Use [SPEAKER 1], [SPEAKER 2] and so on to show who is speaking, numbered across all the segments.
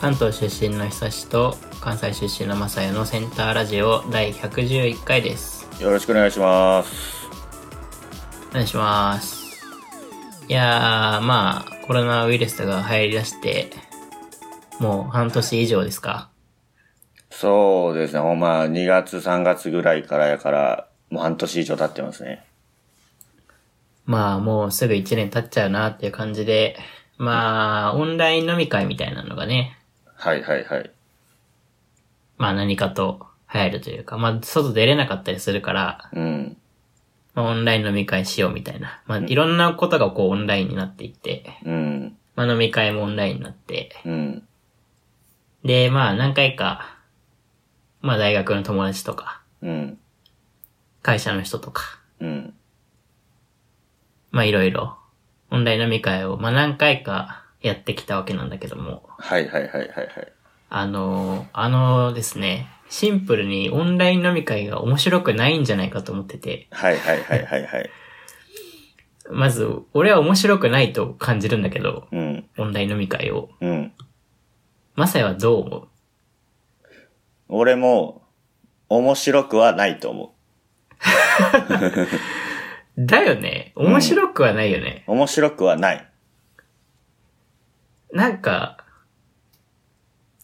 [SPEAKER 1] 関東出身の久志と関西出身の正也のセンターラジオ第111回です
[SPEAKER 2] よろしくお願いします。
[SPEAKER 1] お願いしますいやーまあコロナウイルスが流行りだしてもう半年以上ですか
[SPEAKER 2] そうですね。ほんま、2月、3月ぐらいからやから、もう半年以上経ってますね。
[SPEAKER 1] まあもうすぐ1年経っちゃうなっていう感じでまあオンライン飲み会みたいなのがね
[SPEAKER 2] はいはいはい。
[SPEAKER 1] まあ何かと流行るというかまあ外出れなかったりするから
[SPEAKER 2] うん。
[SPEAKER 1] まあ、オンライン飲み会しようみたいな。まあ、いろんなことがこうオンラインになっていって、
[SPEAKER 2] うん。
[SPEAKER 1] まあ、飲み会もオンラインになって、
[SPEAKER 2] うん。
[SPEAKER 1] で、まあ、何回か、まあ、大学の友達とか、
[SPEAKER 2] うん。
[SPEAKER 1] 会社の人とか、
[SPEAKER 2] うん。
[SPEAKER 1] まあ、いろいろ、オンライン飲み会を、まあ、何回かやってきたわけなんだけども、
[SPEAKER 2] はいはいはいはいはい。
[SPEAKER 1] あのー、あのですね、シンプルにオンライン飲み会が面白くないんじゃないかと思ってて、
[SPEAKER 2] はいはいはいはいはい。
[SPEAKER 1] まず、俺は面白くないと感じるんだけど、
[SPEAKER 2] うん。
[SPEAKER 1] オンライン飲み会を。
[SPEAKER 2] うん。
[SPEAKER 1] マサイはどう思う
[SPEAKER 2] 俺も、面白くはないと思
[SPEAKER 1] だよね。面白くはないよね。
[SPEAKER 2] う。面白くはない。
[SPEAKER 1] なんか、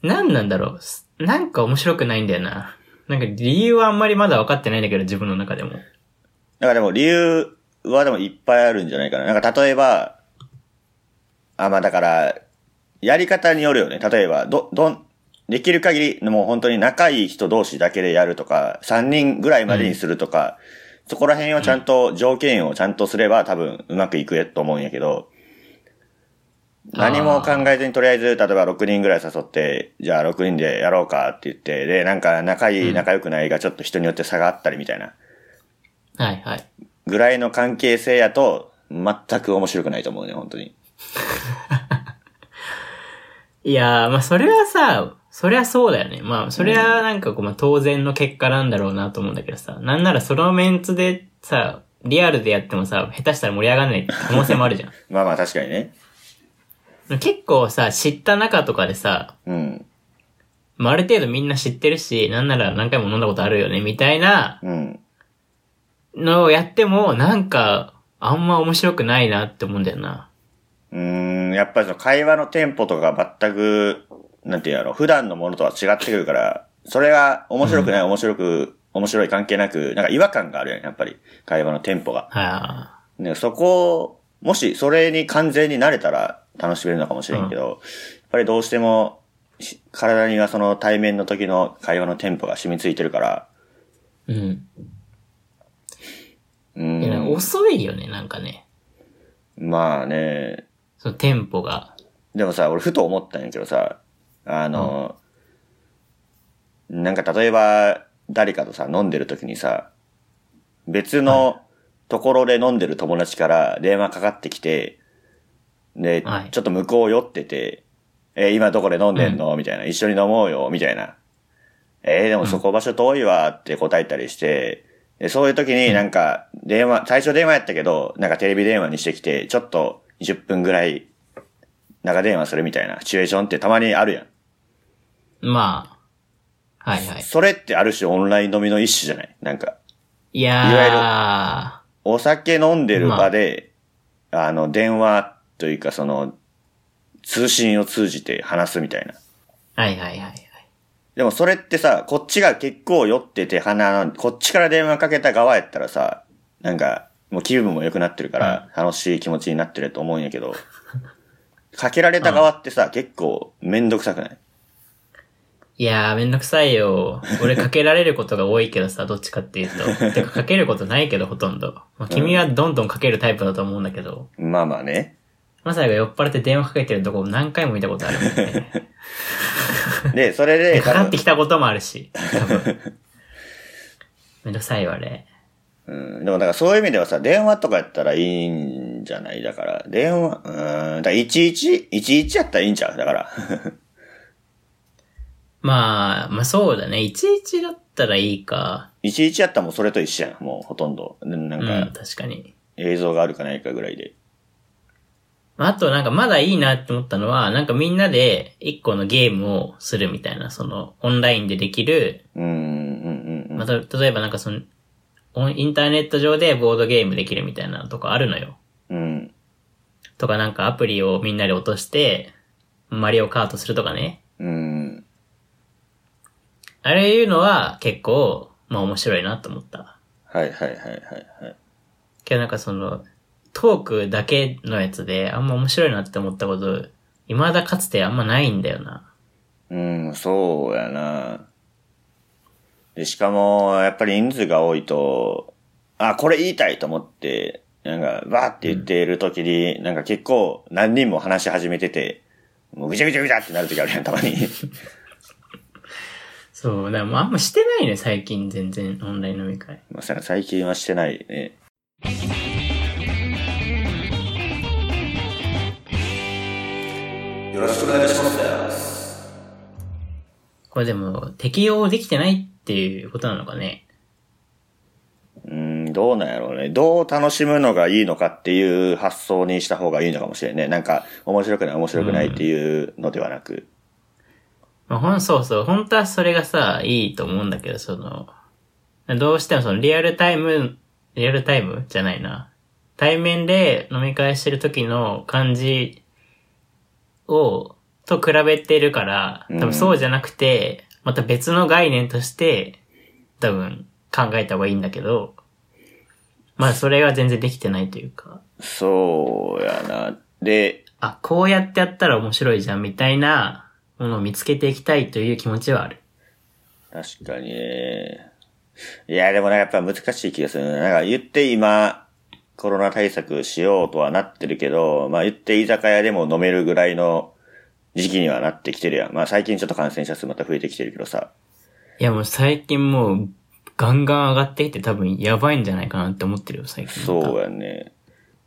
[SPEAKER 1] なんなんだろう。なんか面白くないんだよな。なんか理由はあんまりまだ分かってないんだけど、自分の中でも。
[SPEAKER 2] なんかでも理由はでもいっぱいあるんじゃないかな。なんか例えば、あ、まあだから、やり方によるよね。例えば、ど、どん、できる限り、もう本当に仲いい人同士だけでやるとか、3人ぐらいまでにするとか、そこら辺をちゃんと、条件をちゃんとすれば多分うまくいくと思うんやけど、何も考えずにとりあえず、例えば6人ぐらい誘って、じゃあ6人でやろうかって言って、で、なんか仲いい、仲良くないがちょっと人によって差があったりみたいな。
[SPEAKER 1] はいはい。
[SPEAKER 2] ぐらいの関係性やと、全く面白くないと思うね、本当に。
[SPEAKER 1] いやー、まあそれはさ、そりゃそうだよね。まあそれはなんかこう、まあ当然の結果なんだろうなと思うんだけどさ。なんならそのメンツでさ、リアルでやってもさ、下手したら盛り上がらない可能性もあるじゃ
[SPEAKER 2] まあまあ確かにね。
[SPEAKER 1] ん。結構さ、知った中とかでさ、
[SPEAKER 2] うん。
[SPEAKER 1] まあ、ある程度みんな知ってるし、なんなら何回も飲んだことあるよね、みたいな
[SPEAKER 2] うん。
[SPEAKER 1] のをやっても、なんか、あんま面白くないなって思うんだよな。
[SPEAKER 2] うーん、やっぱりその会話のテンポとかが全く、なんていうやろ、普段のものとは違ってくるから、それが面白くない、面白く、面白い関係なく、なんか違和感があるよね、やっぱり。会話のテンポが。
[SPEAKER 1] は
[SPEAKER 2] ね、そこを、もしそれに完全に慣れたら楽しめるのかもしれんけど、やっぱりどうしても、し体にはその対面の時の会話のテンポが染みついてるから、
[SPEAKER 1] い。うん。
[SPEAKER 2] う
[SPEAKER 1] いやなんか
[SPEAKER 2] ん。
[SPEAKER 1] 遅いよね、なんかね。
[SPEAKER 2] まあね、
[SPEAKER 1] そのテンポが。
[SPEAKER 2] でもさ、俺ふと思ったんやけどさ、あの、なんか例えば、誰かとさ、飲んでる時にさ、別のところで飲んでる友達から電話かかってきて、で、
[SPEAKER 1] はい
[SPEAKER 2] ちょっと向こう酔ってて、えー今どこで飲んでんの、みたいな。一緒に飲もうよ、みたいな。えーでもそこ場所遠いわって答えたりして、でそういう時になんか電話、最初電話やったけど、なんかテレビ電話にしてきて、ちょっと10分ぐらい長電話するみたいなシチュエーションってたまにあるやん。
[SPEAKER 1] まあ。はいはい。
[SPEAKER 2] それってある種オンライン飲みの一種じゃないなんか、
[SPEAKER 1] いやー。
[SPEAKER 2] いお酒飲んでる場で、あの、電話というかその、通信を通じて話すみたいな。
[SPEAKER 1] はいはいはいはい。
[SPEAKER 2] でもそれってさ、こっちが結構酔ってて鼻、こっちから電話かけた側やったらさ、なんか、もう気分も良くなってるから、楽しい気持ちになってると思うんやけど、かけられた側ってさ、結構めんどくさくない
[SPEAKER 1] いやー、めんどくさいよ。俺かけられることが多いけどさ、どっちかっていうと。てか、かけることないけど、ほとんど。まあ、君はどんどんかけるタイプだと思うんだけど。
[SPEAKER 2] まあまあ ね。
[SPEAKER 1] まさやが酔っ払って電話かけてるとこ何回も見たことあるもんね。
[SPEAKER 2] で、それで、
[SPEAKER 1] かかってきたこともある し。多分めんどくさいよ、あれ。
[SPEAKER 2] うん、でもだからそういう意味ではさ、電話とかやったらいいんじゃないだから、電話、うーん、だから11、11やったらいいんちゃうだから。
[SPEAKER 1] まあ、まあそうだね。いちいちだったらいいか。
[SPEAKER 2] 11やったらもうそれと一緒やん、もうほとんど。な
[SPEAKER 1] うんん、
[SPEAKER 2] か、
[SPEAKER 1] 確かに。
[SPEAKER 2] 映像があるかないかぐらいで。
[SPEAKER 1] まあ、あとなんかまだいいなって思ったのは、なんかみんなで一個のゲームをするみたいな、そのオンラインでできる、
[SPEAKER 2] うん、うん、うん。
[SPEAKER 1] まあ、た例えばなんかその、オンインターネット上でボードゲームできるみたいなのとかあるのよ。
[SPEAKER 2] うん。
[SPEAKER 1] とかなんかアプリをみんなで落として、マリオカートするとかね。
[SPEAKER 2] うん。
[SPEAKER 1] あれいうのは結構、まあ面白いなと思った。
[SPEAKER 2] はいはいはいはいはい。
[SPEAKER 1] けどなんかその、トークだけのやつであんま面白いなって思ったこと、未だかつてあんまないんだよな。
[SPEAKER 2] うん、そうやな。で、しかも、やっぱり人数が多いと、あ、これ言いたいと思って、なんか、わーって言っている時に、なんか結構何人も話し始めてて、もうぐちゃぐちゃぐちゃってなる時あるやん、たまに。
[SPEAKER 1] そう、だからもうあんましてないね、最近全然オンライン飲み会。
[SPEAKER 2] まあ、さ最近はしてないね。よろしくお願いします。
[SPEAKER 1] これでも適用できてないっていうことなのかね。
[SPEAKER 2] うん、どうなんやろうね。どう楽しむのがいいのかっていう発想にした方がいいのかもしれんね。なんか、面白くない面白くないっていうのではなく。
[SPEAKER 1] まあ、ほん、そうそう、本当はそれがさ、いいと思うんだけど、その、どうしてもそのリアルタイム、リアルタイムじゃないな。対面で飲み会してる時の感じを、と比べてるから、多分そうじゃなくて、また別の概念として、多分考えた方がいいんだけど、まあそれが全然できてないというか、
[SPEAKER 2] そうやな。で、
[SPEAKER 1] あ、こうやってやったら面白いじゃんみたいなものを見つけていきたいという気持ちはある。
[SPEAKER 2] 確かにね。いや、でもなんかやっぱ難しい気がするな。なんか言って今、コロナ対策しようとはなってるけど、まあ言って居酒屋でも飲めるぐらいの時期にはなってきてるやん。まあ最近ちょっと感染者数また増えてきてるけどさ。
[SPEAKER 1] いやもう最近もうガンガン上がってきて多分やばいんじゃないかなって思ってるよ、最近。
[SPEAKER 2] そうやね。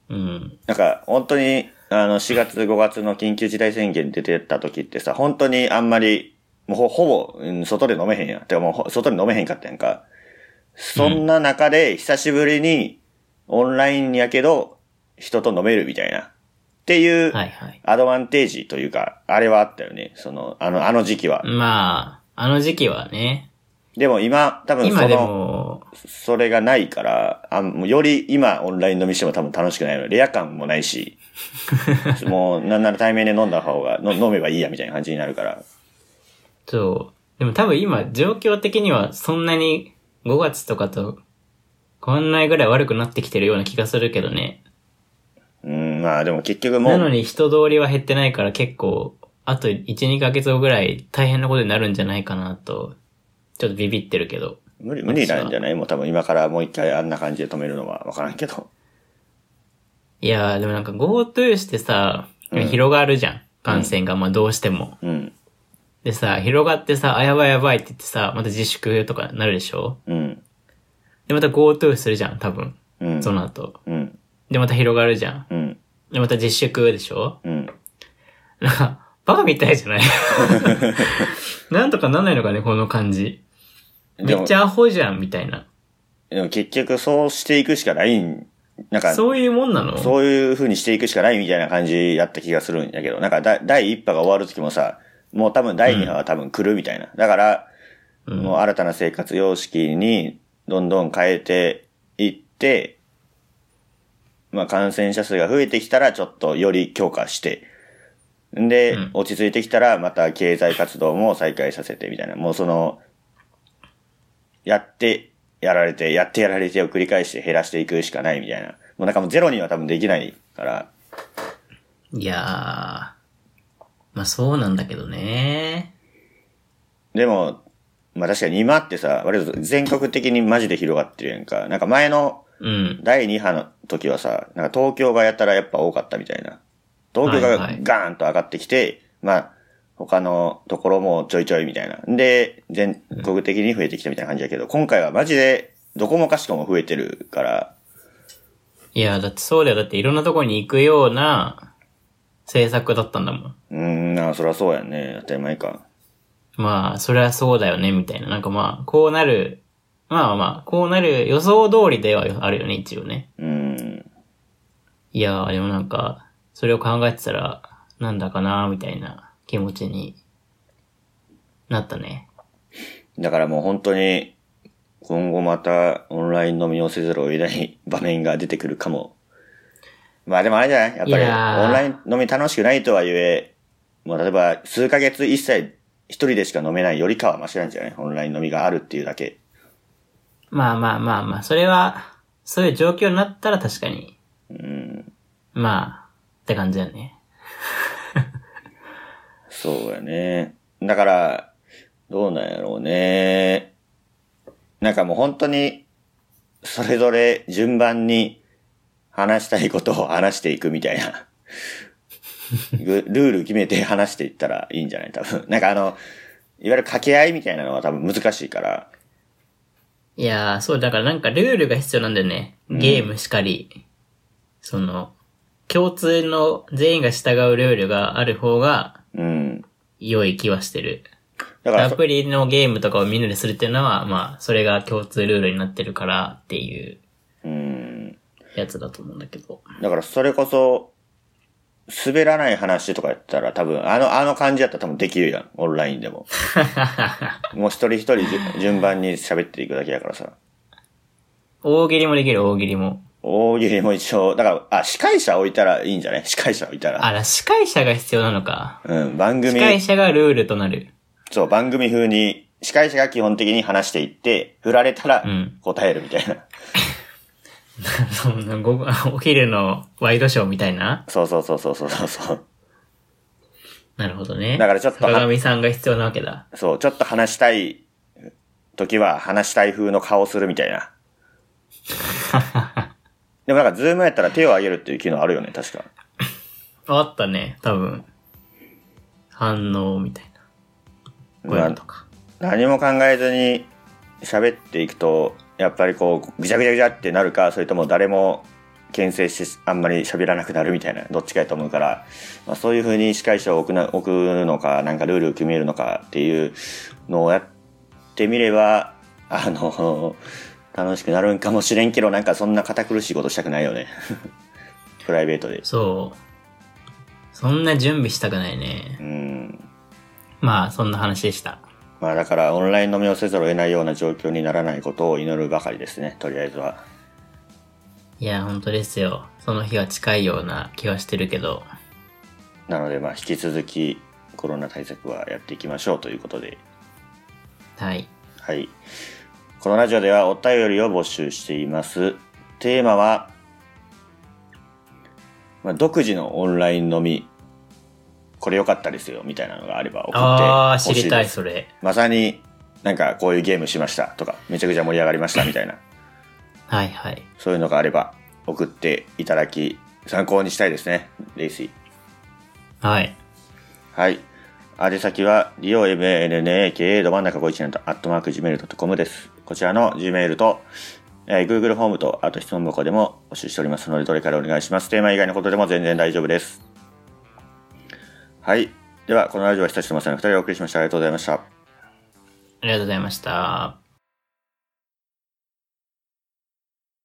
[SPEAKER 1] うん。
[SPEAKER 2] なんか本当に、あの4月5月の緊急事態宣言出てた時ってさ、本当にあんまり、もうほほぼ、うん外で飲めへんやん。てかもうほ外で飲めへんかったやんか。そんな中で久しぶりにオンラインやけど人と飲めるみたいな。っていう
[SPEAKER 1] はいはい。
[SPEAKER 2] アドバンテージというか、あれはあったよね。その、あの、あの時期は。
[SPEAKER 1] まあ、あの時期はね。
[SPEAKER 2] でも今、多分そ
[SPEAKER 1] 今で
[SPEAKER 2] の、
[SPEAKER 1] も、
[SPEAKER 2] それがないから、あもうより今オンライン飲みしても多分楽しくないの。レア感もないし、 もうなんなら対面で飲んだ方が、の飲めばいいやみたいな感じになるから。
[SPEAKER 1] そう。でも多分今、状況的にはそんなに5月とかと、こんないぐらい悪くなってきてるような気がするけどね。
[SPEAKER 2] うん、まあでも結局も
[SPEAKER 1] なの
[SPEAKER 2] う、
[SPEAKER 1] に人通りは減ってないから結構、あと1、2ヶ月後ぐらい大変なことになるんじゃないかなと、ちょっとビビってるけど。
[SPEAKER 2] 無理、無理なんじゃないもう多分今からもう一回あんな感じで止めるのはわからんけど。
[SPEAKER 1] いやー、でもなんか GoTo してさ、広がるじゃん。感染が、まあどうしても。
[SPEAKER 2] うん、
[SPEAKER 1] でさ、広がってさ、あ、やばいやばいって言ってさ、また自粛とかなるでしょ
[SPEAKER 2] うん、
[SPEAKER 1] で、また GoTo するじゃん、多分。
[SPEAKER 2] うん、
[SPEAKER 1] その後。
[SPEAKER 2] うん、
[SPEAKER 1] で、また広がるじゃん。
[SPEAKER 2] うん、
[SPEAKER 1] で、また自粛でしょ
[SPEAKER 2] うん。
[SPEAKER 1] なんか、バカみたいじゃない なんとかなんないのかね、この感じ。め
[SPEAKER 2] で
[SPEAKER 1] っ
[SPEAKER 2] も
[SPEAKER 1] ち、ゃアホじゃん、みたいな。
[SPEAKER 2] でも結局そうしていくしかないん、なんか、
[SPEAKER 1] そういうもんなの
[SPEAKER 2] そういう風にしていくしかないみたいな感じやった気がするんだけど、なんかだ第1波が終わる時もさ、もう多分第2波は多分来るみたいな。だから、もう新たな生活様式にどんどん変えていって、まあ感染者数が増えてきたらちょっとより強化して、んで、
[SPEAKER 1] うん
[SPEAKER 2] 落ち着いてきたらまた経済活動も再開させてみたいな。もうその、やって、やられて、やってやられてを繰り返して減らしていくしかないみたいな。もうなんかもうゼロには多分できないから。
[SPEAKER 1] いやー。まあそうなんだけどね。
[SPEAKER 2] でも、まあ確かに今ってさ、割と全国的にマジで広がってるやんか。なんか前の
[SPEAKER 1] うん。
[SPEAKER 2] 第2波の時はさ、なんか東京がやったらやっぱ多かったみたいな。東京が
[SPEAKER 1] はいはい
[SPEAKER 2] ガーンと上がってきて、まあ、他のところもちょいちょいみたいな。で、全国的に増えてきたみたいな感じだけど、今回はマジでどこもかしこも増えてるから、
[SPEAKER 1] いやー、だってそうだよ。だっていろんなとこに行くような政策だったんだもん。
[SPEAKER 2] うーん、まあそりゃそうやんね。当たり前か。
[SPEAKER 1] まあ、それはそうだよね、みたいな。なんかまあ、こうなる、まあまあまあ、こうなる予想通りではあるよね、一応ね。
[SPEAKER 2] うーん。
[SPEAKER 1] いやー、でもなんか、それを考えてたら、なんだかなみたいな気持ちになったね。
[SPEAKER 2] だからもう本当に、今後またオンライン飲みをせざるを得ない 場面が出てくるかも。まあでもあれじゃないやっぱ
[SPEAKER 1] いやー
[SPEAKER 2] り、オンライン飲み楽しくないとは言え、もう例えば数ヶ月一切一人でしか飲めないよりかはマシなんじゃないオンライン飲みがあるっていうだけ。
[SPEAKER 1] まあまあまあまあ、それは、そういう状況になったら確かに、
[SPEAKER 2] うん。
[SPEAKER 1] まあ、って感じだよね。
[SPEAKER 2] そうやね。だから、どうなんやろうね。なんかもう本当に、それぞれ順番に話したいことを話していくみたいな。ぐルール決めて話していったらいいんじゃない多分。なんかあの、いわゆる掛け合いみたいなのは多分難しいから。
[SPEAKER 1] いやー、そう、だからなんかルールが必要なんだよね。ゲームしかり、その、共通の全員が従うルールがある方が
[SPEAKER 2] うん。
[SPEAKER 1] 良い気はしてる。
[SPEAKER 2] だから
[SPEAKER 1] ア
[SPEAKER 2] そ、
[SPEAKER 1] プリのゲームとかをみんなでするっていうのは、まあ、それが共通ルールになってるからっていう
[SPEAKER 2] うん。
[SPEAKER 1] やつだと思うんだけど。
[SPEAKER 2] だからそれこそ、滑らない話とかやったら多分、あの、あの感じやったら多分できるやん。オンライン でも。もう一人一人じゅ順番に喋っていくだけやからさ。
[SPEAKER 1] 大喜利もできる、大喜利も。
[SPEAKER 2] 大喜利も一応、だから、あ、司会者置いたらいいんじゃない司会者置いたら。
[SPEAKER 1] あら、司会者が必要なのか。
[SPEAKER 2] うん、番
[SPEAKER 1] 司
[SPEAKER 2] 組、
[SPEAKER 1] 会者がルールとなる。
[SPEAKER 2] そう、番組風に、司会者が基本的に話していって、振られたら
[SPEAKER 1] うん
[SPEAKER 2] 答えるみたいな。
[SPEAKER 1] そんな、ご、お昼のワイドショーみたいな
[SPEAKER 2] そうそうそうそうそうそうそう。
[SPEAKER 1] なるほどね。
[SPEAKER 2] だからちょっと
[SPEAKER 1] 坂上さんが必要なわけだ。
[SPEAKER 2] そう、ちょっと話したい時は話したい風の顔するみたいな。でもなんか、ズームやったら手を挙げるっていう機能あるよね、確か。
[SPEAKER 1] あったね、多分。反応みたいな。声とか。
[SPEAKER 2] 何も考えずに喋っていくとやっぱりこうぐちゃぐちゃぐちゃってなるかそれとも誰も牽制してあんまり喋らなくなるみたいなどっちかやと思うから、まあ、そういうふうに司会者を置くな置くのかなんかルールを決めるのかっていうのをやってみればあの楽しくなるんかもしれんけどなんかそんな堅苦しいことしたくないよね プライベートで
[SPEAKER 1] そう。そんな準備したくないね
[SPEAKER 2] う。ん
[SPEAKER 1] まあ、そんな話でした。
[SPEAKER 2] まあだからオンライン飲みをせざるを得ないような状況にならないことを祈るばかりですねとりあえずは。
[SPEAKER 1] いや、本当ですよ。その日は近いような気はしてるけど。
[SPEAKER 2] なので、まあ、引き続きコロナ対策はやっていきましょうということで、
[SPEAKER 1] はい。
[SPEAKER 2] はい。このラジオではお便りを募集しています。テーマは、まあ、独自のオンライン飲み、これ良かったですよ、みたいなのがあれば送
[SPEAKER 1] ああ、
[SPEAKER 2] ってほ
[SPEAKER 1] 知
[SPEAKER 2] しい
[SPEAKER 1] り
[SPEAKER 2] で
[SPEAKER 1] たい、。
[SPEAKER 2] す
[SPEAKER 1] それ。
[SPEAKER 2] まさになんかこういうゲームしましたとか、めちゃくちゃ盛り上がりましたみたいな、
[SPEAKER 1] はいはい。
[SPEAKER 2] そういうのがあれば送っていただき、参考にしたいですね、レイシー。
[SPEAKER 1] はい。
[SPEAKER 2] はい。宛先は、リオ MANAKA ど真ん中51年と、アットマーク Gmail.com です。こちらの Gmail と、えー Google フォームと、あと質問箱でも募集しておりますので、どれからお願いします。テーマ以外のことでも全然大丈夫です。はい。では、このラジオは久しぶりません。二人でお送りしました。ありがとうございました。
[SPEAKER 1] ありがとうございました。